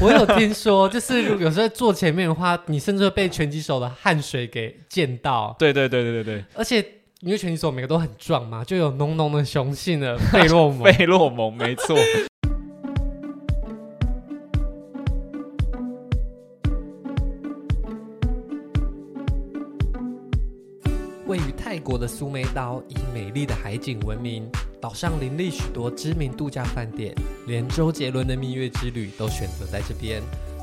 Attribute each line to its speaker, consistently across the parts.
Speaker 1: 我有听说，就是如果有时候坐前面的话，你甚至会被拳击手的汗水给溅到，
Speaker 2: 对对对对对
Speaker 1: 而且因为拳击手每个都很壮嘛，就有浓浓的雄性的费洛蒙
Speaker 2: 对，。费洛蒙没错。
Speaker 1: 位于泰国的苏梅岛以美丽的海景闻名，岛上林立许多知名度假饭店，连周杰伦的蜜月之旅都选择在这边。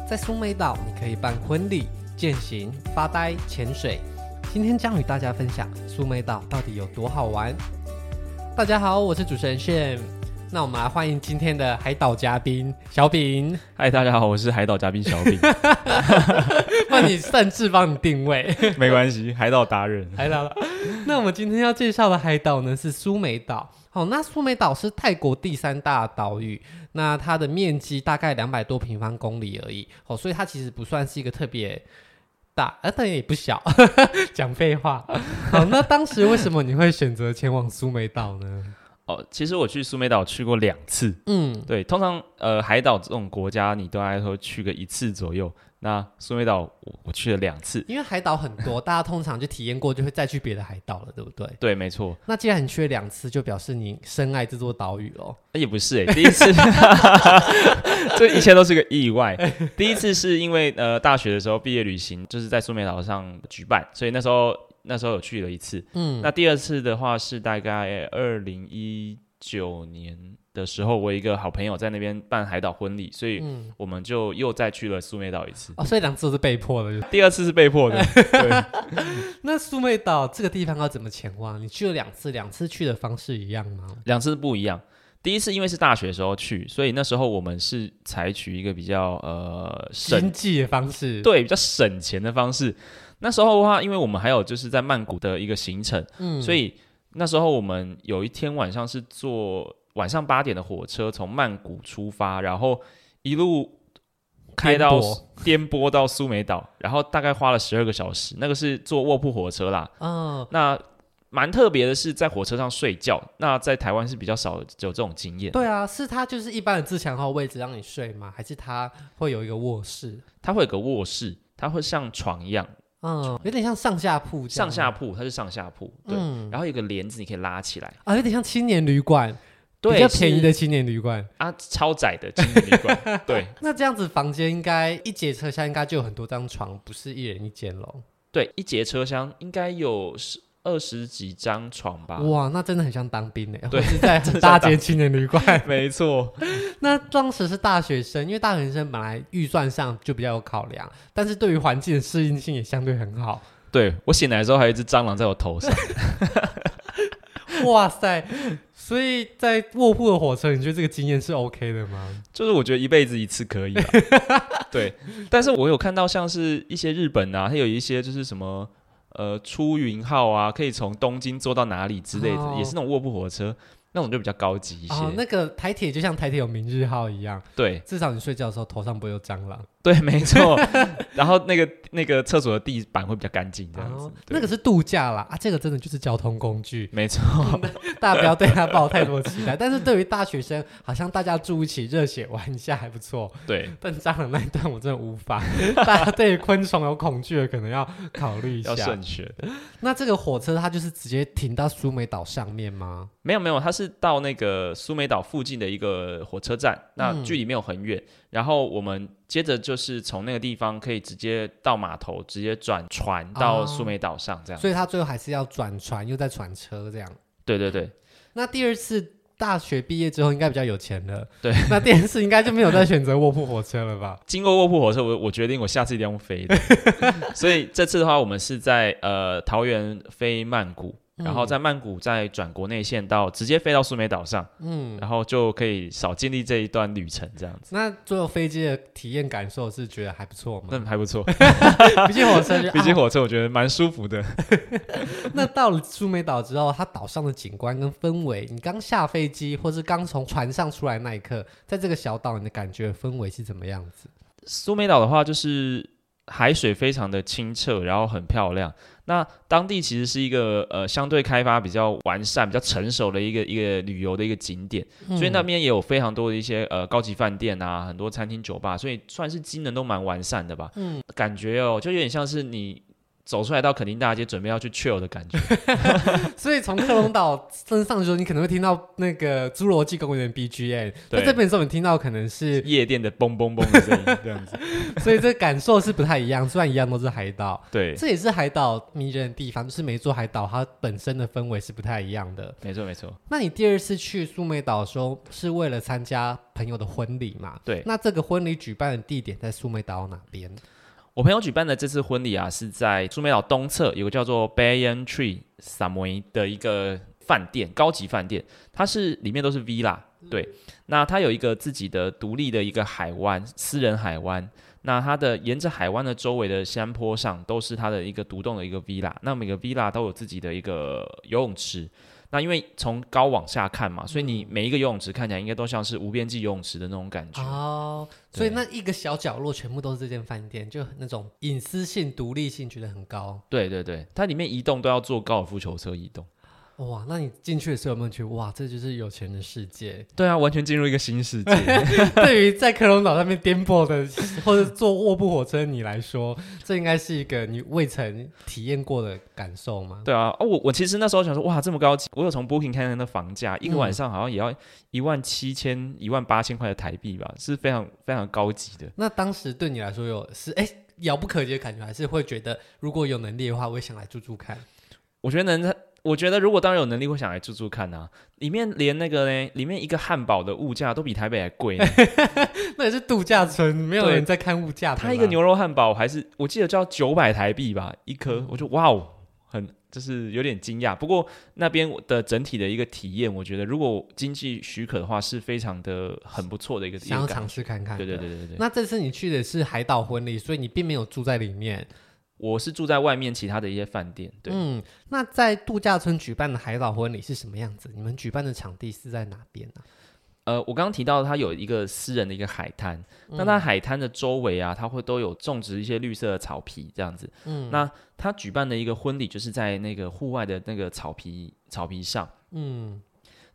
Speaker 1: 在苏梅岛，你可以办婚礼、践行、发呆、潜水。今天将与大家分享苏梅岛到底有多好玩。大家好，我是主持人 Sham。那我们来欢迎今天的海岛嘉宾小饼，
Speaker 2: 嗨，大家好，我是海岛嘉宾小饼，
Speaker 1: 那你擅自帮你定位。
Speaker 2: 没关系，海岛 达人。
Speaker 1: 海岛了。那我们今天要介绍的海岛呢是苏梅岛。好，那苏梅岛是泰国第三大岛屿，那它的面积大概两百多平方公里而已。哦，所以它其实不算是一个特别大，呃，但也不小。讲废话。 好，那当时为什么你会选择前往苏梅岛呢？
Speaker 2: 哦，其实我去苏梅岛去过两次，
Speaker 1: 嗯，
Speaker 2: 对，通常呃海岛这种国家，你都来说去个一次左右。那苏梅岛我我去了两次，
Speaker 1: 因为海岛很多，大家通常就体验过，就会再去别的海岛了，对不对？
Speaker 2: 对，没错，
Speaker 1: 那既然你去了两次，就表示你深爱这座岛屿喽。
Speaker 2: 也不是哎、第一 次，这一切都是个意外。第一次是因为呃大学的时候毕业旅行就是在苏梅岛上举办，所以那时候那时候有去了一次。
Speaker 1: 嗯，
Speaker 2: 那第二次的话是大概二零一九年的时候，我有一个好朋友在那边办海岛婚礼，所以
Speaker 1: 嗯，
Speaker 2: 我们就又再去了苏梅岛一次。
Speaker 1: 哦，所以两次都是被迫的，就
Speaker 2: 第二次是被
Speaker 1: 嗯
Speaker 2: 迫的，对，
Speaker 1: 那苏梅岛这个地方要怎么前往？你去了两次，两次去的方式一样吗？
Speaker 2: 两次不一样。第一次因为是大学的时候去，所以那时候我们是采取一个比较呃省
Speaker 1: 经济的方式，，
Speaker 2: 对比较省钱的方式。那时候的话，因为我们还有就是在曼谷的一个行程，
Speaker 1: 嗯
Speaker 2: 所以那时候我们有一天晚上是坐晚上八点的火车从曼谷出发，然后一路开
Speaker 1: 颠
Speaker 2: 到
Speaker 1: 簸
Speaker 2: 颠簸到苏梅岛，然后大概花了十二个小时。那个是坐卧铺火车啦。
Speaker 1: 嗯，
Speaker 2: 那蛮特别的是，在火车上睡觉，那在台湾是比较少有这种经验。
Speaker 1: 对啊，是它就是一般的自强号位置让你睡吗？还是它会有一个卧室？
Speaker 2: 它会有个卧室，它会像床一样，
Speaker 1: 嗯，有点像上下铺这样
Speaker 2: 上
Speaker 1: 吗，
Speaker 2: 下铺，它是上下铺，对。
Speaker 1: 嗯
Speaker 2: 然后有个帘子，你可以拉起来，
Speaker 1: 啊，有点像青年旅馆，
Speaker 2: 对，
Speaker 1: 比较便宜的
Speaker 2: 是
Speaker 1: 青年旅馆。
Speaker 2: 啊，超窄的青年旅 馆，对，
Speaker 1: 那这样子房间应该一节车厢应该就有很多张床，不是一人一间喽？
Speaker 2: 对，一节车厢应该有十二十几张床吧？
Speaker 1: 哇，那真的很像当兵呢，
Speaker 2: 对
Speaker 1: 或是在很
Speaker 2: 真的像
Speaker 1: 大
Speaker 2: 当
Speaker 1: 间青年旅馆。
Speaker 2: 没错，
Speaker 1: 那当时是大学生，因为大学生本来预算上就比较有考量，但是对于环境的适应性也相对很好。
Speaker 2: 对我醒来的时候还有一只蟑螂在我头上。
Speaker 1: 哇塞！所以在卧铺的火车，你觉得这个经验是 OK 的吗？
Speaker 2: 就是我觉得一辈子一次可以、 啊，对。但是我有看到像是一些日本啊，它有一些就是什么呃出云号啊，可以从东京坐到哪里之类的，
Speaker 1: 哦
Speaker 2: 也是那种卧铺火车，那种就比较高级一些。
Speaker 1: 哦，那个台铁就像台铁有明日号一样，
Speaker 2: 对
Speaker 1: 至少你睡觉的时候头上不会有蟑螂。
Speaker 2: 对，没错。然后那个那个厕所的地板会比较干净，这样子。
Speaker 1: 哦，
Speaker 2: 对
Speaker 1: 那个是度假啦啊，这个真的就是交通工 具，
Speaker 2: 没错，
Speaker 1: 大家不要对它抱太多期待。但是对于大学生，好像大家住一起热血玩一下还不错。
Speaker 2: 对，
Speaker 1: 但蟑螂那一段我真的无法， 大家对昆虫有恐惧的可能要考虑一
Speaker 2: 要
Speaker 1: 下
Speaker 2: 慎。选。
Speaker 1: 那这个火车它就是直接停到苏梅岛上面吗？
Speaker 2: 没有没有，它是到那个苏梅岛附近的一个火车站，那
Speaker 1: 嗯
Speaker 2: 距离没有很远。然后我们接着就是从那个地方可以直接到码头，直接转船到苏梅岛上，这样。
Speaker 1: 哦所以它最后还是要转船，又再转车这样。
Speaker 2: 对对对，
Speaker 1: 那第二次大学毕业之后应该比较有钱了，
Speaker 2: 对。
Speaker 1: 那第二次应该就没有再选择卧铺火车了吧？
Speaker 2: 经过卧铺火车，我我决定我下次一定要用飞 的。所以这次的话，我们是在呃桃园飞曼谷，然后
Speaker 1: 嗯
Speaker 2: 在曼谷再转国内线到直接飞到苏梅岛上，
Speaker 1: 嗯，
Speaker 2: 然后就可以少经历这一段旅程，这样子。
Speaker 1: 那坐飞机的体验感受是觉得还不错
Speaker 2: 那
Speaker 1: 吗？
Speaker 2: 还不错，
Speaker 1: 毕竟火车就，
Speaker 2: 飞机
Speaker 1: 啊
Speaker 2: 火车我觉得蛮舒服的。
Speaker 1: 那到了苏梅岛之后，它岛上的景观跟氛围，你刚下飞机或是刚从船上出来那一刻，在这个小岛，你的感觉氛围是怎么样子？
Speaker 2: 苏梅岛的话，就是海水非常的清澈，然后很漂亮。那当地其实是一个呃相对开发比较完善、比较成熟的一个一个旅游的一个景点，
Speaker 1: 嗯
Speaker 2: 所以那边也有非常多的一些呃高级饭店啊，很多餐厅酒吧，所以算是机能都蛮完善的吧。嗯，感觉哦，就有点像是你走出来到垦丁大街，准备要去 chill 的感觉。
Speaker 1: 嗯所以从克隆岛升上的时候，你可能会听到那个侏罗纪公园 BGM，在
Speaker 2: 对
Speaker 1: 这边的时候你听到可能是，
Speaker 2: 夜店的嘣嘣嘣的声音，这样子。
Speaker 1: 所以这感受是不太一样。虽然一样都是海岛，
Speaker 2: 对，
Speaker 1: 这也是海岛迷人的地方，就是每座海岛它本身的氛围是不太一样的。
Speaker 2: 没错没错。
Speaker 1: 那你第二次去苏梅岛的时候，是为了参加朋友的婚礼嘛？
Speaker 2: 对
Speaker 1: 那这个婚礼举办的地点在苏梅岛哪边？
Speaker 2: 我朋友举办的这次婚礼啊，是在苏梅岛东侧有个叫做 Bayan Tree Samui 的一个饭店，高级饭店，它是里面都是 villa，对，那它有一个自己的独立的一个海湾，私人海湾。那它的沿着海湾的周围的山坡上，都是它的一个独栋的一个 villa。那每个 villa 都有自己的一个游泳池。那因为从高往下看嘛，所以你每一个游泳池看起来应该都像是无边际游泳池的那种感觉。
Speaker 1: 哦，所以那一个小角落全部都是这间饭店，就那种隐私性、独立性觉得很高。
Speaker 2: 对对对，它里面移动都要坐高尔夫球车移动。
Speaker 1: 哇，那你进去的时候有没有觉得哇，这就是有钱人世界？
Speaker 2: 对啊，完全进入一个新世界。
Speaker 1: 对于在科隆岛上面颠簸的或者坐卧铺火车的你来说，这应该是一个你未曾体验过的感受吗？
Speaker 2: 对啊，哦，我我其实那时候想说，哇，这么高级，我有从 Booking 看看那房价，一个晚上好像也要一万七千、一万八千块的台币吧，是非常非常高级的。
Speaker 1: 那当时对你来说有是哎遥不可及的感觉，还是会觉得如果有能力的话，我也想来住住看。
Speaker 2: 我觉得能，我觉得如果当然有能力，会想来住住看啊。里面连那个呢，里面一个汉堡的物价都比台北还贵呢。
Speaker 1: 那也是度假村，没有
Speaker 2: 对
Speaker 1: 人在看物价的啦。
Speaker 2: 它一个牛肉汉堡还是我记得叫九百台币吧，一颗，我就哇哦，很就是有点惊讶。不过那边的整体的一个体验，我觉得如果经济许可的话，是非常的很不错的一个体
Speaker 1: 想要
Speaker 2: 验感
Speaker 1: 尝。试看看。
Speaker 2: 对对。对对对，
Speaker 1: 那这次你去的是海岛婚礼，所以你并没有住在里面。
Speaker 2: 我是住在外面其他的一些饭店，对，
Speaker 1: 嗯，那在度假村举办的海岛婚礼是什么样子？你们举办的场地是在哪边啊呢、
Speaker 2: 呃，我刚刚提到它有一个私人的一个海滩，
Speaker 1: 嗯
Speaker 2: 那它海滩的周围啊，它会都有种植一些绿色的草皮这样子。嗯，那它举办的一个婚礼就是在那个户外的那个草皮草皮上，
Speaker 1: 嗯，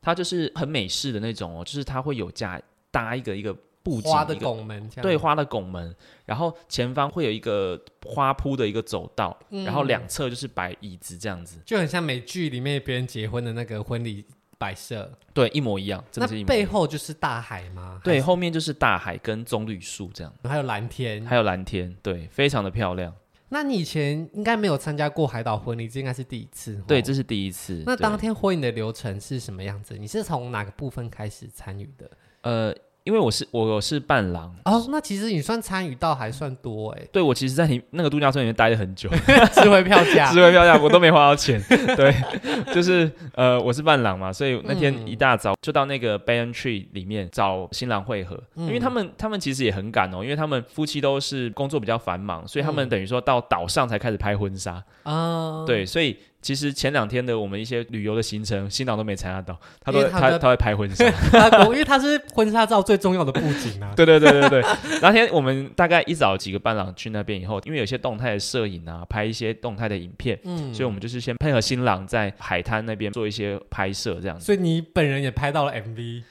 Speaker 2: 它就是很美式的那种哦，就是它会有加搭一个一个布景
Speaker 1: 花的
Speaker 2: 一个
Speaker 1: 拱门这样。
Speaker 2: 对，花的拱门，然后前方会有一个花铺的一个走道，
Speaker 1: 嗯
Speaker 2: 然后两侧就是摆椅子这样子，
Speaker 1: 就很像美剧里面别人结婚的那个婚礼摆设。
Speaker 2: 对，一模一样，真
Speaker 1: 那
Speaker 2: 的是一模一
Speaker 1: 背
Speaker 2: 样。
Speaker 1: 后就是大海吗？
Speaker 2: 对，，后面就是大海跟棕榈树这样，
Speaker 1: 还有蓝天。
Speaker 2: 还有蓝天，对，非常的漂亮。
Speaker 1: 那你以前应该没有参加过海岛婚礼，这应该是第一次。
Speaker 2: 对，
Speaker 1: 哦
Speaker 2: 这是第一次。
Speaker 1: 那
Speaker 2: 对
Speaker 1: 当天婚礼的流程是什么样子？你是从哪个部分开始参与的？
Speaker 2: 呃，因为我是我是伴郎，
Speaker 1: 哦，那其实你算参与到还算多 哎、
Speaker 2: 对我其实在你那个度假村里面待了很久，
Speaker 1: 智慧票价
Speaker 2: 智慧票价我都没花到钱。对， 就是呃，我是伴郎嘛，所以那天
Speaker 1: 嗯
Speaker 2: 一大早就到那个 Bayan Tree 里面找新郎会合，
Speaker 1: 嗯
Speaker 2: 因为他们他们其实也很赶哦，因为他们夫妻都是工作比较繁忙，所以他
Speaker 1: 嗯
Speaker 2: 们等于说到岛上才开始拍婚纱。
Speaker 1: 啊，
Speaker 2: 对，所以其实前两天的我们一些旅游的行程，新郎都没参加到，他
Speaker 1: 因
Speaker 2: 都
Speaker 1: 为他
Speaker 2: 他
Speaker 1: 的
Speaker 2: 他会拍婚纱。
Speaker 1: 他国，因为它是婚纱照最重要的布景 啊。
Speaker 2: 对对对对对。那天我们大概一早几个伴郎去那边以后，因为有些动态的摄影啊，拍一些动态的影片，
Speaker 1: 嗯，
Speaker 2: 所以我们就是先配合新郎在海滩那边做一些拍摄，这样子。
Speaker 1: 所以你本人也拍到了 MV，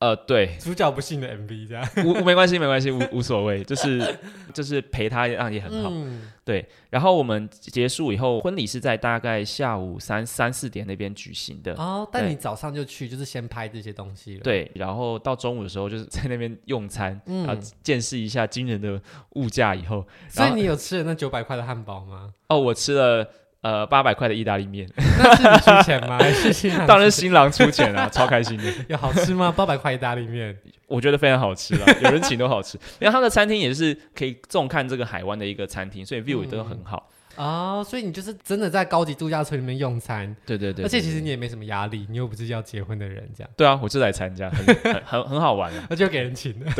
Speaker 2: 呃，对，
Speaker 1: 主角不幸的 MV 这样。
Speaker 2: 无无没关系，没关系，无无所谓，就是就是陪他让也很好。
Speaker 1: 嗯，
Speaker 2: 对，然后我们结束以后，婚礼是在大概下午三三四点那边举行的。
Speaker 1: 哦，但
Speaker 2: 对
Speaker 1: 你早上就去，就是先拍这些东西了。，
Speaker 2: 对，然后到中午的时候就是在那边用餐，
Speaker 1: 嗯
Speaker 2: 然后见识一下惊人的物价以后，
Speaker 1: 所以
Speaker 2: 然后
Speaker 1: 你有吃了那九百块的汉堡吗？
Speaker 2: 哦，我吃了呃八百块的意大利面，
Speaker 1: 那是你出钱吗？还是新郎
Speaker 2: 当然是新郎出钱 啊，超开心的。
Speaker 1: 有好吃吗？八百块意大利面，
Speaker 2: 我觉得非常好吃啦， 有嗯人请都好吃。然后他的餐厅也是可以纵看这个海湾的一个餐厅，所以 view 也都很好。
Speaker 1: 哦，所以你就是真的在高级度假村里面用餐，
Speaker 2: 对对对，
Speaker 1: 而且
Speaker 2: 对
Speaker 1: 其实
Speaker 2: 对
Speaker 1: 你也没什么压力，你又不是要结婚的人， 这样，
Speaker 2: 对啊，我就来参加，很 很很很好玩啊。
Speaker 1: 那就给人请了。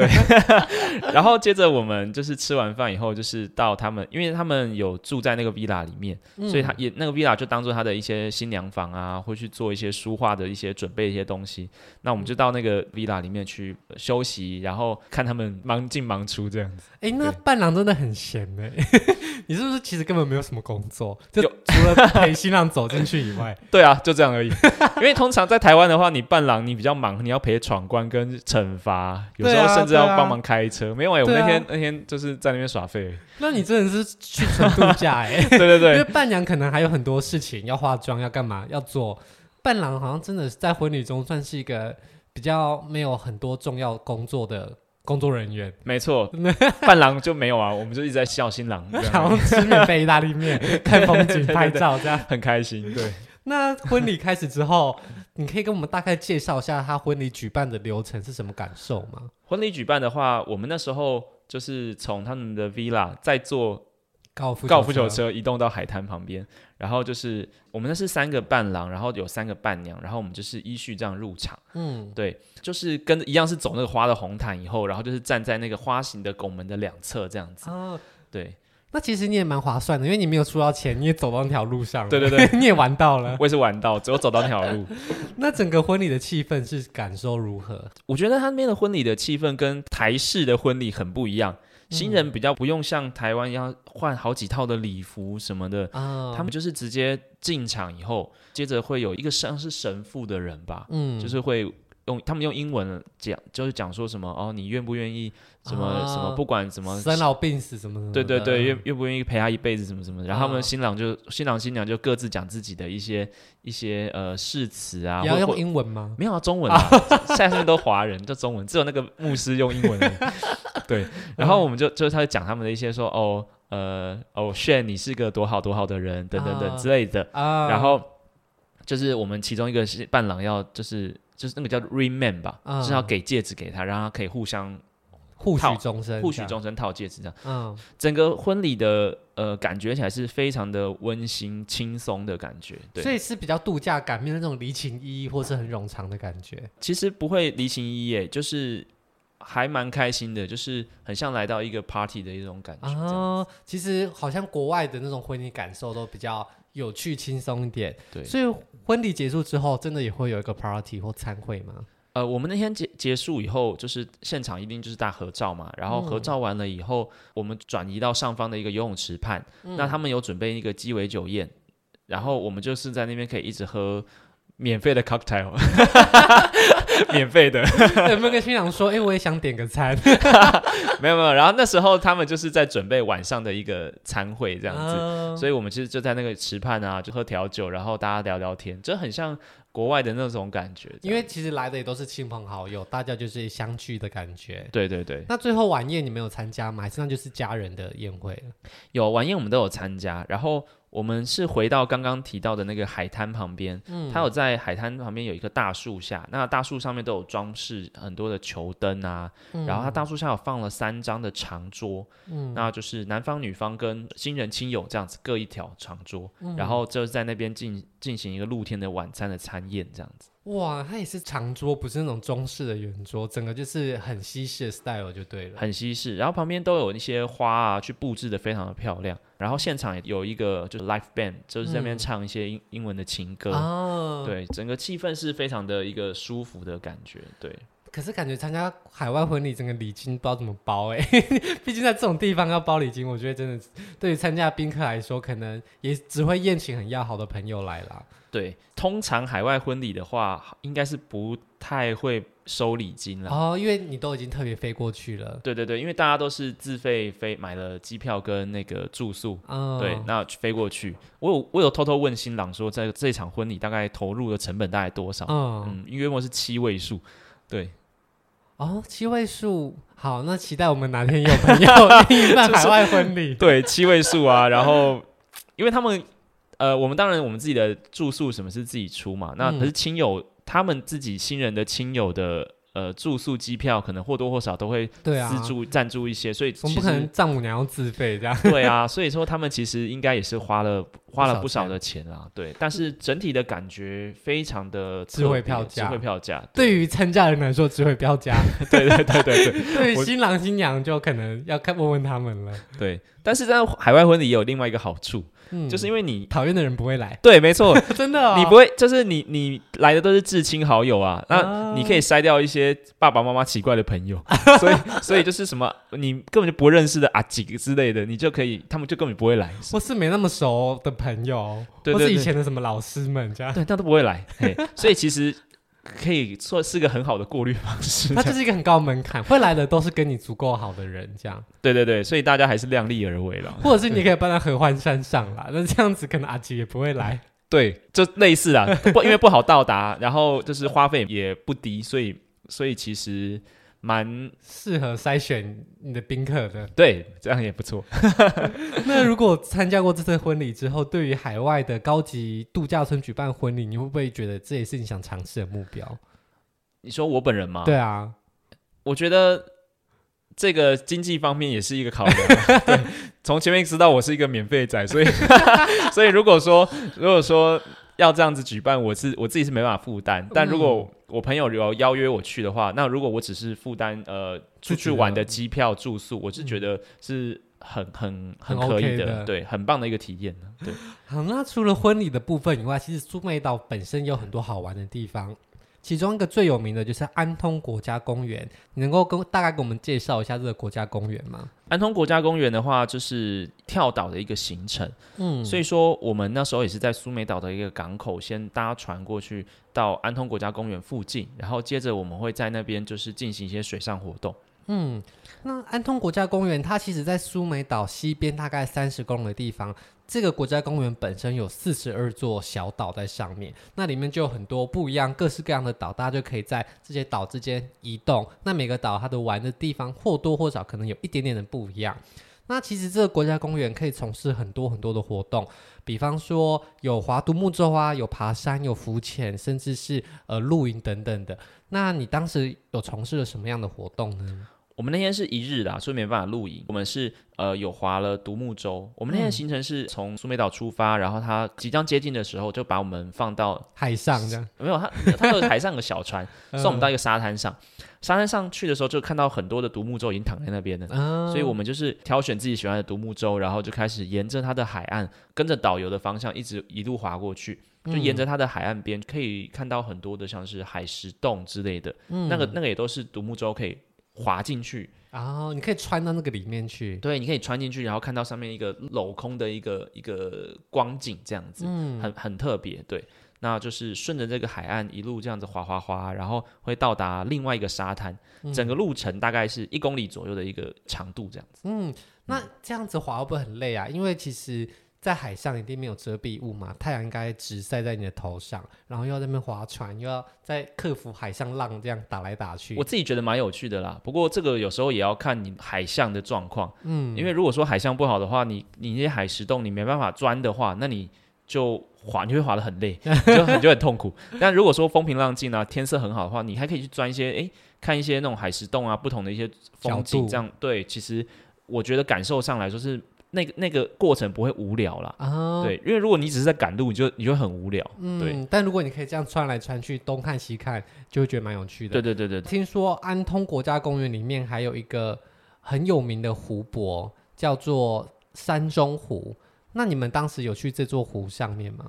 Speaker 2: 然后接着我们就是吃完饭以后，就是到他们，因为他们有住在那个 villa 里面， 所以他也那个 villa 就当做他的一些新娘房啊，会去做一些书画的一些准备一些东西。那我们就到那个 villa 里面去休息，然后看他们忙进忙出这样子。
Speaker 1: 哎、那
Speaker 2: 对
Speaker 1: 伴郎真的很闲呢、 你是不是其实根本没有什么工作，就
Speaker 2: 有
Speaker 1: 除了陪新郎走进去以外，
Speaker 2: 对啊，就这样而已。 因为通常在台湾的话，你伴郎你比较忙，你要陪闯关跟惩罚，有时
Speaker 1: 对
Speaker 2: 候
Speaker 1: 啊
Speaker 2: 甚至要
Speaker 1: 对啊
Speaker 2: 帮忙开车。没有哎、我们
Speaker 1: 对
Speaker 2: 那
Speaker 1: 啊
Speaker 2: 天、那天就是在那边耍废而 已。
Speaker 1: 那你真的是去纯度假哎、
Speaker 2: 对对
Speaker 1: 因为
Speaker 2: 对，
Speaker 1: 伴娘可能还有很多事情要化妆、要干嘛、要做。伴郎好像真的是在婚礼中算是一个比较没有很多重要工作的工作人员，
Speaker 2: 没错，伴郎就没有啊，我们就一直在笑新 郎。啊这样
Speaker 1: 然后吃免费意大利 面、看风景、拍照这样。
Speaker 2: 很开心，对，
Speaker 1: 那婚礼开始之后，你可以跟我们大概介绍一下他婚礼举办的流程是什么感受吗？
Speaker 2: 婚礼举办的话，我们那时候就是从他们的 villa 再坐
Speaker 1: 高尔夫
Speaker 2: 高尔夫球车移动到海滩旁边，然后就是我们那是三个伴郎，然后有三个伴娘，然后我们就是依序这样入场，
Speaker 1: 嗯，
Speaker 2: 对，就是跟一样是走那个花的红毯以后，然后就是站在那个花形的拱门的两侧这样子，
Speaker 1: 哦，
Speaker 2: 对，
Speaker 1: 那其实你也蛮划算的，因为你没有出到钱，你也走到那条路上了，
Speaker 2: 对对对，
Speaker 1: 你也玩到了。
Speaker 2: 我也是玩到，只有走到 那条路，
Speaker 1: 那整个婚礼的气氛是感受如何？
Speaker 2: 我觉得他那边的婚礼的气氛跟台式的婚礼很不一样，
Speaker 1: 嗯
Speaker 2: 新人比较不用像台湾一样换好几套的礼服什么的，
Speaker 1: 啊，
Speaker 2: 他们就是直接进场以后，接着会有一个像是神父的人吧，
Speaker 1: 嗯
Speaker 2: 就是会用他们用英文讲，就是讲说什么哦，你愿不愿意什么、
Speaker 1: 啊
Speaker 2: 什么，不管什么。
Speaker 1: 生老病死什么什么的，嗯
Speaker 2: 对对对，愿愿不愿意陪他一辈子什么什么的，然后他
Speaker 1: 啊
Speaker 2: 们新郎就、新郎新娘就各自讲自己的一些一些呃誓词啊，
Speaker 1: 也要
Speaker 2: 或
Speaker 1: 用
Speaker 2: 或
Speaker 1: 英文吗？
Speaker 2: 没有啊，中 文啊，下面都华人，就中文，只有那个牧师用英文而已。 对，
Speaker 1: 嗯
Speaker 2: 然后我们就就是他就讲他们的一些说哦呃哦炫你是个多好多好的人等等等
Speaker 1: 啊
Speaker 2: 之类的，
Speaker 1: 啊，
Speaker 2: 然后就是我们其中一个是伴郎要就是就是那个叫 ring man 吧，
Speaker 1: 啊
Speaker 2: 就是要给戒指给他，让他可以互相
Speaker 1: 互
Speaker 2: 套
Speaker 1: 许终身，
Speaker 2: 互许，终身套戒指这样。
Speaker 1: 嗯，
Speaker 2: 整个婚礼的呃感觉起来是非常的温馨轻松的感觉，对。
Speaker 1: 所以是比较度假感，没有那种离情依依或是很冗长的感觉。
Speaker 2: 其实不会离情依依耶，就是还蛮开心的，就是很像来到一个 party 的一种感觉。这样
Speaker 1: 啊，其实好像国外的那种婚礼感受都比较有趣、轻松一点。
Speaker 2: 对，
Speaker 1: 所以婚礼结束之后，真的也会有一个 party 或餐会吗？
Speaker 2: 呃，我们那天结结束以后，就是现场一定就是大合照嘛，
Speaker 1: 嗯
Speaker 2: 然后合照完了以后，我们转移到上方的一个游泳池畔，
Speaker 1: 嗯
Speaker 2: 那他们有准备一个鸡尾酒宴，然后我们就是在那边可以一直喝免费的 cocktail，免费的。
Speaker 1: 有没有跟新郎说，哎、我也想点个餐，
Speaker 2: 没有没有，然后那时候他们就是在准备晚上的一个餐会这样子，
Speaker 1: 啊
Speaker 2: 所以我们其实就在那个池畔啊，就喝调酒，然后大家聊聊天，就很像国外的那种感觉。
Speaker 1: 因为其实来的也都是亲朋好友，大家就是相聚的感觉。
Speaker 2: 对对对，
Speaker 1: 那最后晚宴你没有参加吗？还是那就是家人的宴会了？
Speaker 2: 有晚宴我们都有参加，然后我们是回到刚刚提到的那个海滩旁边，
Speaker 1: 嗯
Speaker 2: 它有在海滩旁边有一棵大树下，那大树上面都有装饰很多的球灯啊，然后它大树下有放了三张的长桌，
Speaker 1: 嗯
Speaker 2: 那就是男方女方跟新人亲友这样子各一条长桌，
Speaker 1: 嗯
Speaker 2: 然后就是在那边进进行一个露天的晚餐的餐宴这样子。
Speaker 1: 哇，它也是长桌，不是那种中式的圆桌，整个就是很西式的 style 就对了。
Speaker 2: 很西式，然后旁边都有一些花啊，去布置的非常的漂亮。然后现场也有一个就是 live band，就是在那边
Speaker 1: 嗯
Speaker 2: 唱一些英、英文的情歌，
Speaker 1: 哦，
Speaker 2: 对，整个气氛是非常的一个舒服的感觉，对，
Speaker 1: 可是感觉参加海外婚礼，整个礼金不知道怎么包哎、 毕竟在这种地方要包礼金，我觉得真的对于参加宾客来说，可能也只会宴请很要好的朋友来啦。
Speaker 2: 对。通常海外婚礼的话，应该是不太会收礼金啦。
Speaker 1: 哦，因为你都已经特别飞过去了，
Speaker 2: 对对对，因为大家都是自费飞买了机票跟那个住宿，
Speaker 1: 嗯，
Speaker 2: 对，那飞过去。我有我有偷偷问新郎说，在这场婚礼大概投入的成本大概多少？
Speaker 1: 嗯，
Speaker 2: 嗯，约莫是七位数，对。
Speaker 1: 哦，七位数，好，那期待我们哪天有朋友愿意办海外婚礼。
Speaker 2: 对，七位数啊， 然后因为他们呃，我们当然我们自己的住宿什么是自己出嘛，那
Speaker 1: 嗯
Speaker 2: 可是亲友、他们自己新人的亲友的。呃住宿、机票，可能或多或少都会
Speaker 1: 对啊
Speaker 2: 资助、赞助一些，所以
Speaker 1: 我们
Speaker 2: 其实
Speaker 1: 不可能丈母娘要自费这样。
Speaker 2: 对啊，所以说他们其实应该也是花了花了不
Speaker 1: 不少
Speaker 2: 少的钱啦，对，但是整体的感觉非常的
Speaker 1: 智
Speaker 2: 特
Speaker 1: 慧
Speaker 2: 别
Speaker 1: 票价
Speaker 2: 智慧票价，
Speaker 1: 对于参加人来说，只会标 价；
Speaker 2: 对对对对对
Speaker 1: 对于
Speaker 2: 我
Speaker 1: 新郎新娘，就可能要看问问他们了。
Speaker 2: 对。但是在海外婚礼也有另外一个好处，
Speaker 1: 嗯，
Speaker 2: 就是因为你
Speaker 1: 讨厌的人不会 来，
Speaker 2: 对，没错，
Speaker 1: 真的哦、
Speaker 2: 你不会就是你你来的都是至亲好友啊，那你可以筛掉一些爸爸妈妈奇怪的朋友，所以所以就是什么你根本就不认识的啊几个之类的，你就可以他们就根本不会来，
Speaker 1: 或是没那么熟的朋友，
Speaker 2: 对
Speaker 1: 或
Speaker 2: 对
Speaker 1: 是以
Speaker 2: 对
Speaker 1: 前的什么老师们这样，
Speaker 2: 对，他都不会来，嘿所以其实可以说是个很好的过滤方式。
Speaker 1: 他就是一个很高门槛，会来的都是跟你足够好的人这样，
Speaker 2: 对对对，所以大家还是量力而为了。
Speaker 1: 或者是你可以搬到合欢山上啦，那这样子可能阿吉也不会来。
Speaker 2: 对，就类似啊，不因为不好到达，然后就是花费也不低，所以所以其实蛮
Speaker 1: 适合筛选你的宾客的。
Speaker 2: 对，这样也不错。
Speaker 1: 那如果参加过这次婚礼之后，对于海外的高级度假村举办婚礼，你会不会觉得这也是你想尝试的目标？
Speaker 2: 你说我本人吗？
Speaker 1: 对，啊，
Speaker 2: 我觉得。这个经济方面也是一个考量啊， 对，从前面知道我是一个免费仔，所以 所以如果说如果说要这样子举办，我是我自己是没办法负担。但如
Speaker 1: 嗯
Speaker 2: 果我朋友有邀约我去的话，那如果我只是负担呃出
Speaker 1: 自己
Speaker 2: 去
Speaker 1: 的
Speaker 2: 玩的机票、住宿，我是觉得是很很很
Speaker 1: 很
Speaker 2: 可以
Speaker 1: OK 的
Speaker 2: 对，很棒的一个体验。对，
Speaker 1: 好，那啊除了婚礼的部分以外，其实苏梅岛本身有很多好玩的地方，其中一个最有名的就是安通国家公园。你能够跟大概给我们介绍一下这个国家公园吗？
Speaker 2: 安通国家公园的话，就是跳岛的一个行程，
Speaker 1: 嗯，
Speaker 2: 所以说我们那时候也是在苏梅岛的一个港口先搭船过去到安通国家公园附近，然后接着我们会在那边就是进行一些水上活动。
Speaker 1: 嗯，那安通国家公园它其实在苏梅岛西边大概三十公里的地方。这个国家公园本身有四十二座小岛在上面，那里面就有很多不一样、各式各样的岛，大家就可以在这些岛之间移动。那每个岛它的玩的地方或多或少可能有一点点的不一样。那其实这个国家公园可以从事很多很多的活动，比方说有划独木舟啊，有爬山，有浮潜，甚至是呃露营等等的。那你当时有从事了什么样的活动呢？
Speaker 2: 我们那天是一日啦，所以没办法露营。我们是呃有划了独木舟。我们那天的行程是从苏梅岛出发，然后它即将接近的时候，就把我们放到
Speaker 1: 海上这样，
Speaker 2: 没有它它有海上有个小船
Speaker 1: 嗯
Speaker 2: 送我们到一个沙滩上。沙滩上去的时候，就看到很多的独木舟已经躺在那边了。
Speaker 1: 啊
Speaker 2: 所以我们就是挑选自己喜欢的独木舟，然后就开始沿着它的海岸，跟着导游的方向一直一路划过去，就沿着它的海岸边可以看到很多的像是海石洞之类的，那个那个也都是独木舟可以划进去，
Speaker 1: 哦，你可以穿到那个里面去，
Speaker 2: 对，你可以穿进去，然后看到上面一个镂空的一个一个光景这样子，很很特别，对。那就是顺着这个海岸一路这样子滑滑滑，然后会到达另外一个沙滩，整个路程大概是一公里左右的一个长度这样子。
Speaker 1: 嗯，那这样子滑会不会很累啊？因为其实，在海上一定没有遮蔽物嘛，太阳应该直晒在你的头上，然后又要在那边划船，又要在克服海上浪这样打来打去
Speaker 2: 我，自己觉得蛮有趣的啦，不过这个有时候也要看你海象的状况，嗯，因为如果说海象不好的话，你你那些海石洞你没办法钻的话，那你就滑，你会滑得很累，你就很就很痛苦。 但如果说风平浪静啊，天色很好的话，你还可以去钻一些，诶，看一些那种海石洞啊，不同的一些风
Speaker 1: 角
Speaker 2: 景，
Speaker 1: 度
Speaker 2: 这样对，其实我觉得感受上来说是那个那个过程不会无聊啦。
Speaker 1: 啊，
Speaker 2: 对，因为如果你只是在赶路，你就你就很无聊。对，
Speaker 1: 嗯，但如果你可以这样穿来穿去，东看西看，就会觉得蛮有趣的。
Speaker 2: 对对对对对，
Speaker 1: 听说安通国家公园里面还有一个很有名的湖泊，叫做山中湖。那你们当时有去这座湖上面吗？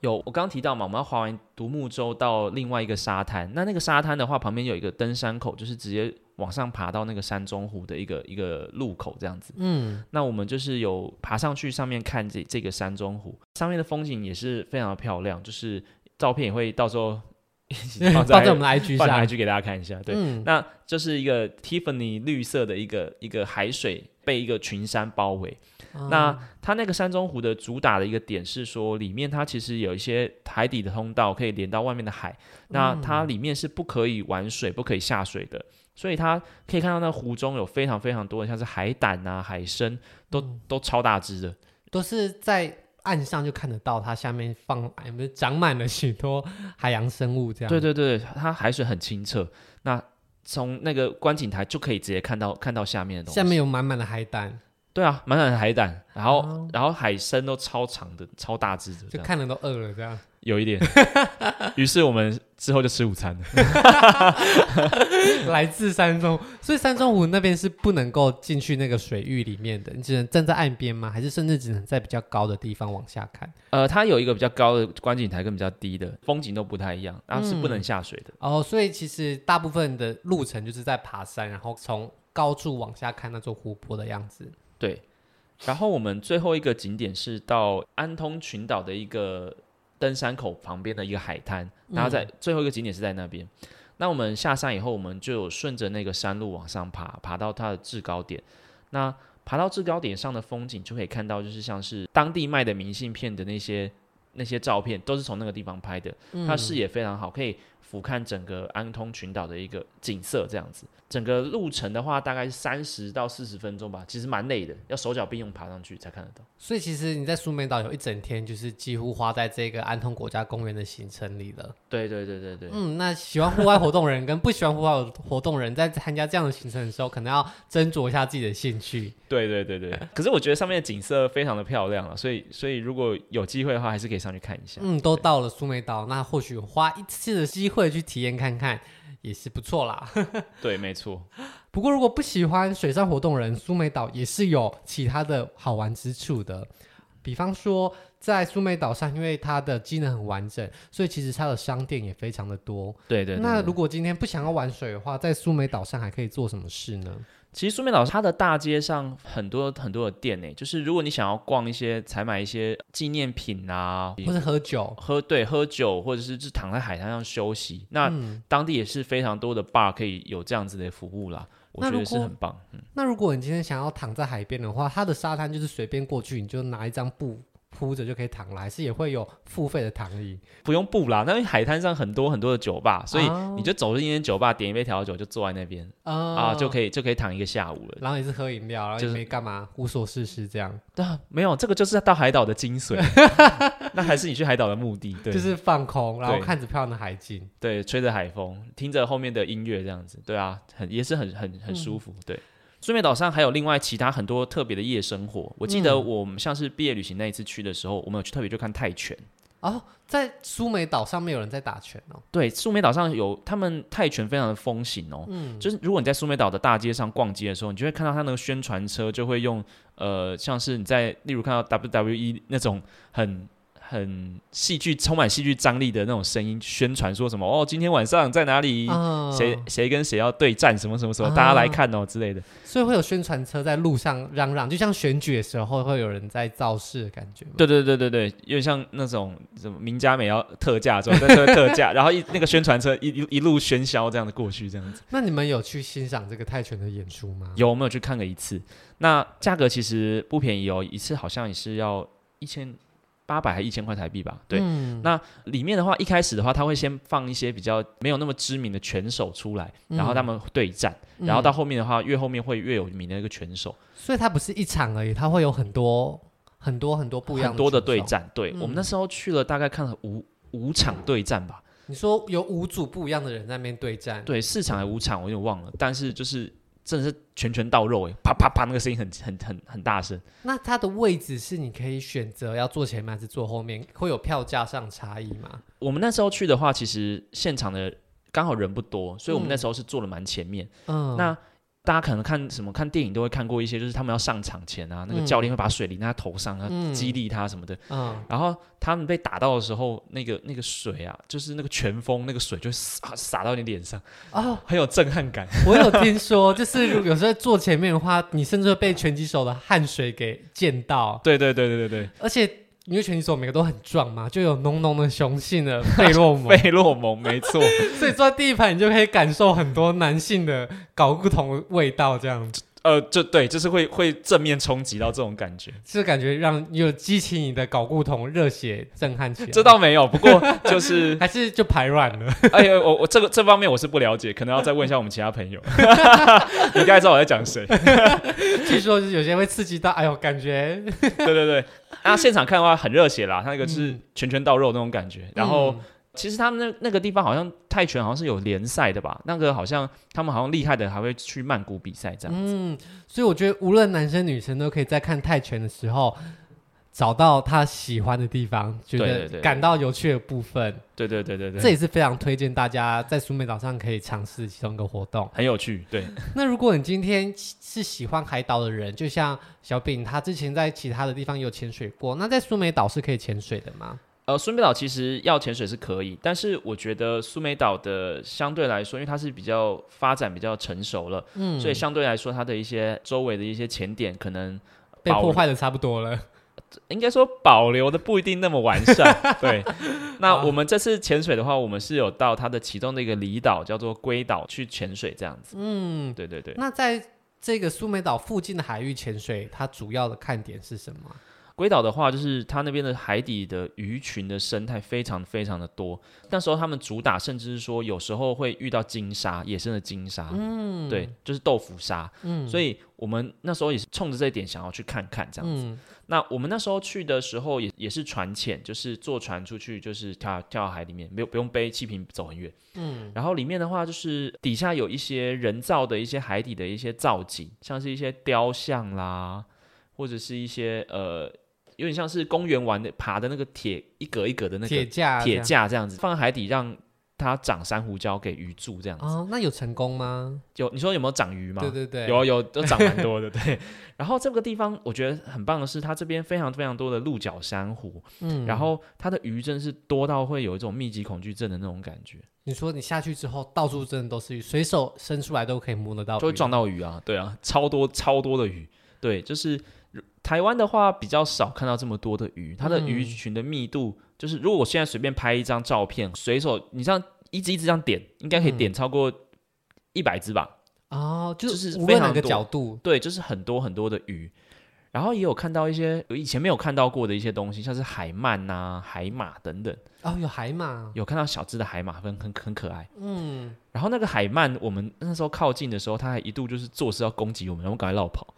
Speaker 2: 有，我刚刚提到嘛，我们要划完独木舟到另外一个沙滩。那那个沙滩的话，旁边有一个登山口，就是直接往上爬到那个山中湖的一个一个路口这样子。
Speaker 1: 嗯，
Speaker 2: 那我们就是有爬上去上面看这这个山中湖，上面的风景也是非常的漂亮，就是照片也会到时候 一起放
Speaker 1: 放
Speaker 2: 在
Speaker 1: 在我们的 IG
Speaker 2: 放
Speaker 1: 上
Speaker 2: 上，去给大家看一下。对，
Speaker 1: 嗯，
Speaker 2: 那就是一个 Tiffany 绿色的一个一个海水被一个群山包围。
Speaker 1: 嗯
Speaker 2: 那它那个山中湖的主打的一个点是说，里面它其实有一些海底的通道可以连到外面的海，那
Speaker 1: 嗯
Speaker 2: 它里面是不可以玩水、不可以下水的，所以它可以看到那湖中有非常非常多的像是海胆啊、海参，都、
Speaker 1: 嗯
Speaker 2: 都超大只的。
Speaker 1: 都是在岸上就看得到，它下面放哎不是长满了许多海洋生物这样。
Speaker 2: 对对对，它海水很清澈，那从那个观景台就可以直接看到看到下面的东西。
Speaker 1: 下面有满满的海胆，
Speaker 2: 对啊，满满的海胆，然后、然后海参都超长的、超大只的，这
Speaker 1: 哦就
Speaker 2: 样
Speaker 1: 看了都饿了这样。
Speaker 2: 有一点。于是我们之后就吃午餐了。
Speaker 1: 来自山中，所以山中湖那边是不能够进去那个水域里面的，你只能站在岸边吗？还是甚至只能在比较高的地方往下看？
Speaker 2: 呃，它有一个比较高的观景台跟比较低的，风景都不太一样，然后是不能下水的。
Speaker 1: 哦，所以其实大部分的路程就是在爬山，然后从高处往下看那座湖泊的样子。
Speaker 2: 对，然后我们最后一个景点是到安通群岛的一个登山口旁边的一个海滩，然后在、最后一个景点是在那边。那我们下山以后，我们就有顺着那个山路往上爬，爬到它的制高点。那爬到制高点上的风景，就可以看到，就是像是当地卖的明信片的那些那些照片，都是从那个地方拍的。它视野非常好，可以 俯瞰整个安通群岛的一个景色，这样子。整个路程的话，大概三十到四十分钟吧，其实蛮累的，要手脚并用爬上去才看得到。
Speaker 1: 所以其实你在苏梅岛有一整天，就是几乎花在这个安通国家公园的行程里了。
Speaker 2: 对对对对对，
Speaker 1: 嗯，那喜欢户外活动人跟不喜欢户外活动人，在参加这样的行程的时候，可能要斟酌一下自己的兴趣。
Speaker 2: 对对对对。可是我觉得上面的景色非常的漂亮啊了，所以所以如果有机会的话，还是可以上去看一下。
Speaker 1: 嗯，都到了苏梅岛，那或许花一次的机会去体验看看，也是不错啦。
Speaker 2: 对，没错。
Speaker 1: 不过，如果不喜欢水上活动的人，苏梅岛也是有其他的好玩之处的。比方说，在苏梅岛上，因为它的机能很完整，所以其实它的商店也非常的多。
Speaker 2: 对对对
Speaker 1: 那
Speaker 2: 对
Speaker 1: 如果今天不想要玩水的话，在苏梅岛上还可以做什么事呢？
Speaker 2: 其实苏面岛它的大街上很多很多的店呢，就是如果你想要逛一些采买一些纪念品啊，
Speaker 1: 或是喝酒？
Speaker 2: 喝对喝酒，或者是就躺在海滩上休息，那
Speaker 1: 嗯，
Speaker 2: 当地也是非常多的 bar 可以有这样子的服务啦，我
Speaker 1: 那如
Speaker 2: 觉得是
Speaker 1: 果
Speaker 2: 很棒。
Speaker 1: 那如果你今天想要躺在海边的话，它的沙滩就是随便过去，你就拿一张布铺着就可以躺了，还是也会有付费的躺椅？
Speaker 2: 不用布啦，那因为海滩上很多很多的酒吧，所以
Speaker 1: 啊
Speaker 2: 你就走进一间酒吧，点一杯调酒，就坐在那边、
Speaker 1: 啊、
Speaker 2: 啊，就可以就可以躺一个下午了。
Speaker 1: 然后也是喝饮料，然后也
Speaker 2: 就是
Speaker 1: 没干嘛，无所事事这样，
Speaker 2: 对啊，没有这个就是到海岛的 精髓，那还是你去海岛的目的，对，
Speaker 1: 就是放空，然后
Speaker 2: 对
Speaker 1: 看着漂亮的海景。
Speaker 2: 对，吹着海风，听着后面的音乐这样子，对啊，很也是很很
Speaker 1: 嗯
Speaker 2: 很舒服，对。苏面岛上还有另外其他很多特别的夜生活，我记得
Speaker 1: 嗯
Speaker 2: 我们像是毕业旅行那一次去的时候，我们有去特别去看泰拳。
Speaker 1: 哦，在苏梅岛上面有人在打拳哦，
Speaker 2: 对，苏梅岛上有他们泰拳非常的风行哦。
Speaker 1: 嗯
Speaker 2: 就是如果你在苏梅岛的大街上逛街的时候，你就会看到他那个宣传车就会用呃，像是你在例如看到 WWE 那种很很戏剧、充满戏剧张力的那种声音宣传，说什么哦，今天晚上在哪里，
Speaker 1: 啊，
Speaker 2: 谁谁跟谁要对战，什么什么什么，
Speaker 1: 啊
Speaker 2: 大家来看哦之类的。
Speaker 1: 所以会有宣传车在路上嚷嚷，就像选举的时候会有人在造势的感觉吗？
Speaker 2: 对对对对对，有点像那种什么名家美要特价的时候，在特特价，然后一那个宣传车一一一路喧嚣这样的过去，这样子。
Speaker 1: 那你们有去欣赏这个泰拳的演出吗？
Speaker 2: 有，我们有去看了一次。那价格其实不便宜哦，一次好像也是要一千八百还一千块台币吧？对。
Speaker 1: 嗯
Speaker 2: 那里面的话，一开始的话，他会先放一些比较没有那么知名的拳手出来，然
Speaker 1: 嗯
Speaker 2: 后他们对战，然后到后面的话，越后面会越有名的一个拳手，
Speaker 1: 所以它不是一场而已，它会有很多很多很多不一样
Speaker 2: 很多的
Speaker 1: 选
Speaker 2: 对
Speaker 1: 手。嗯
Speaker 2: 战。对、我们那时候去了，大概看了五五场对战吧，
Speaker 1: 你说有五组不一样的人在那边对战，
Speaker 2: 对，四场还五场，我有点忘了，但是就是真的是拳拳到肉哎，啪啪啪，那个声音很很很很大声。
Speaker 1: 那它的位置是你可以选择要坐前面还是坐后面，会有票价上差异吗？
Speaker 2: 我们那时候去的话，其实现场的刚好人不多，所以我们那时候是坐的蛮前面。
Speaker 1: 嗯，
Speaker 2: 那大家可能看什么看电影都会看过一些，就是他们要上场前啊，那个
Speaker 1: 嗯
Speaker 2: 教练会把水淋在他头上，
Speaker 1: 嗯
Speaker 2: 啊，激励他什么的。
Speaker 1: 嗯，
Speaker 2: 然后他们被打到的时候，那个那个水啊，就是那个拳风，那个水就会洒洒到你脸上，
Speaker 1: 哦，
Speaker 2: 很有震撼感。
Speaker 1: 我有听说，就是如果有时候坐前面的话，你甚至会被拳击手的汗水给溅到，
Speaker 2: 对对对对对
Speaker 1: 而且因为拳击手每个都很壮嘛，就有浓浓的雄性的费洛蒙
Speaker 2: 对，，费洛蒙没错，
Speaker 1: 所以坐在第一排你就可以感受很多男性的睾固酮的味道，这样子，
Speaker 2: 呃，就对，就是会会正面冲击到这种感觉。
Speaker 1: 就是感觉让有激起你的睾固酮热血震撼起来。
Speaker 2: 这倒没有，不过就是
Speaker 1: 还是就排卵了，
Speaker 2: 哎呀，我我这个这方面我是不了解，可能要再问一下我们其他朋友。 你应该知道我在讲谁。
Speaker 1: 据说就是有些会刺激到，哎呦，感觉
Speaker 2: 对对对，那现场看的话很热血啦，他那个是拳拳到肉那种感觉，然后
Speaker 1: 嗯
Speaker 2: 其实他们那那个地方好像泰拳好像是有联赛的吧？那个好像他们好像厉害的还会去曼谷比赛这样子。
Speaker 1: 嗯，所以我觉得无论男生女生都可以在看泰拳的时候找到他喜欢的地方，觉
Speaker 2: 对对
Speaker 1: 得
Speaker 2: 对
Speaker 1: 感到有趣的部分，
Speaker 2: 对对对对对，
Speaker 1: 这也是非常推荐大家在苏梅岛上可以尝试其中一个活动。
Speaker 2: 很有趣。对，
Speaker 1: 那如果你今天是喜欢海岛的人，就像小饼，他之前在其他的地方有潜水过，那在苏梅岛是可以潜水的吗？
Speaker 2: 呃，苏梅岛其实要潜水是可以，但是我觉得苏梅岛的相对来说，因为它是比较发展比较成熟了，
Speaker 1: 嗯，
Speaker 2: 所以相对来说它的一些周围的一些潜点可能
Speaker 1: 被
Speaker 2: 呃保
Speaker 1: 破坏的差不多了。
Speaker 2: 应该说保留的不一定那么完善。对，那我们这次潜水的话，我们是有到它的其中的一个离岛叫做龟岛去潜水这样子。
Speaker 1: 嗯，
Speaker 2: 对对 对，
Speaker 1: 那在这个苏梅岛附近的海域潜水，它主要的看点是什么啊？
Speaker 2: 龟岛的话，就是它那边的海底的鱼群的生态非常非常的多。那时候他们主打，甚至是说有时候会遇到金鲨，野生的金鲨，嗯，对，就是豆腐鲨，嗯，所以我们那时候也是冲着这一点想要去看看这样子。
Speaker 1: 嗯
Speaker 2: 那我们那时候去的时候也也是船潜，就是坐船出去，就是跳跳到海里面，没有不用背气瓶走很远。
Speaker 1: 嗯，
Speaker 2: 然后里面的话就是底下有一些人造的一些海底的一些造景，像是一些雕像啦，或者是一些呃，有点像是公园玩的爬的那个铁一格一格的那
Speaker 1: 铁
Speaker 2: 个
Speaker 1: 架啊这
Speaker 2: 铁
Speaker 1: 样
Speaker 2: 架这样子，放在海底让它长珊瑚礁给鱼住这样子。
Speaker 1: 哦，那有成功吗？
Speaker 2: 有你说有没有长鱼吗？
Speaker 1: 对对对，
Speaker 2: 有啊有都长蛮多的， 对。然后这个地方我觉得很棒的是，它这边非常非常多的鹿角珊瑚，
Speaker 1: 嗯
Speaker 2: 然后它的鱼真的是多到会有一种密集恐惧症的那种感觉，
Speaker 1: 你说你下去之后，到处真的都是鱼，随手伸出来都可以摸得到鱼，
Speaker 2: 就会撞到鱼啊，对啊，超多超多的鱼，对，就是如台湾的话比较少看到这么多的鱼，它的鱼
Speaker 1: 嗯
Speaker 2: 群的密度，就是如果我现在随便拍一张照片，随手你这样一只一只这样点，应该可以点超过一百只吧，
Speaker 1: 哦，就
Speaker 2: 就是
Speaker 1: 无
Speaker 2: 非
Speaker 1: 论
Speaker 2: 常
Speaker 1: 哪个
Speaker 2: 多
Speaker 1: 角度，
Speaker 2: 对，就是很多很多的鱼，然后也有看到一些以前没有看到过的一些东西，像是海鳗呐、海马等等，
Speaker 1: 哦，有海马，
Speaker 2: 有看到小只的海马，很很很可爱。
Speaker 1: 嗯，
Speaker 2: 然后那个海鳗，我们那时候靠近的时候，它还一度就是作势要攻击我们，然后我们赶快绕 跑。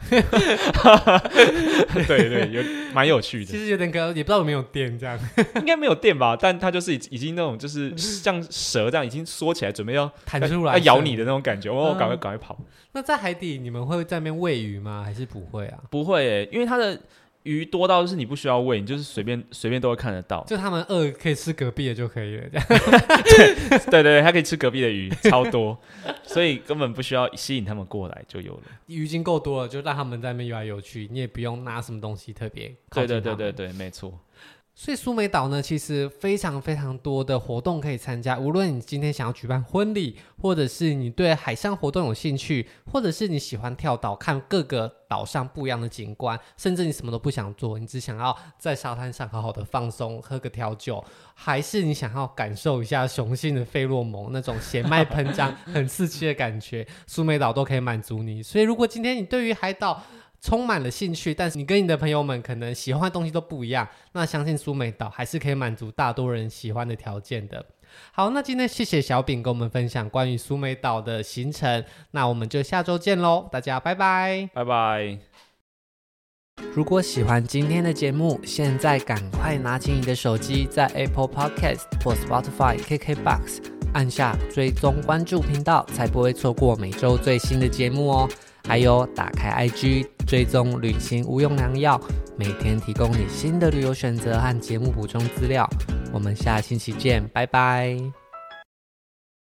Speaker 2: 对对，有蛮有趣
Speaker 1: 其
Speaker 2: 的，
Speaker 1: 实有点可，也不知道有没有电 这样，
Speaker 2: 应该没有电吧？但它就是已已经那种就是像蛇这样已经缩起来，准备要
Speaker 1: 弹出来
Speaker 2: 要咬
Speaker 1: 是
Speaker 2: 你的那种感觉，我
Speaker 1: 嗯
Speaker 2: 赶快赶快跑。
Speaker 1: 那在海底你们会在那边喂鱼吗？还是不会啊？
Speaker 2: 不会欸、因为它的鱼多到就是你不需要喂，你就是随便随便都会看得到。
Speaker 1: 就他们饿可以吃隔壁的就可以了，这样。
Speaker 2: 对对对，它可以吃隔壁的鱼，超 多，所以根本不需要吸引他们过来就有了。
Speaker 1: 鱼已经够多了，就让他们在那边游来游去，你也不用拿什么东西特别靠近
Speaker 2: 对对
Speaker 1: 他
Speaker 2: 对
Speaker 1: 们
Speaker 2: 对对，没错。
Speaker 1: 所以苏梅岛呢，其实非常非常多的活动可以参加。无论你今天想要举办婚礼，或者是你对海上活动有兴趣，或者是你喜欢跳岛，看各个岛上不一样的景观，甚至你什么都不想做，你只想要在沙滩上好好的放松，喝个调酒，还是你想要感受一下雄性的费洛蒙那种血脉喷张、 很刺激的感觉，苏梅岛都可以满足你。所以，如果今天你对于海岛，充满了兴趣，但是你跟你的朋友们可能喜欢的东西都不一样，那相信苏梅岛还是可以满足大多人喜欢的条件的。好，那今天谢谢小饼跟我们分享关于苏梅岛的行程，那我们就下周见喽，大家拜拜。
Speaker 2: 拜拜。
Speaker 1: 如果喜欢今天的节目，现在赶快拿起你的手机，在 Apple Podcast 或 Spotify、KKBox 按下追踪关注频道，才不会错过每周最新的节目哦。还有，打开 IG 追踪旅行无用良药，每天提供你新的旅游选择和节目补充资料。我们下星期见，拜拜。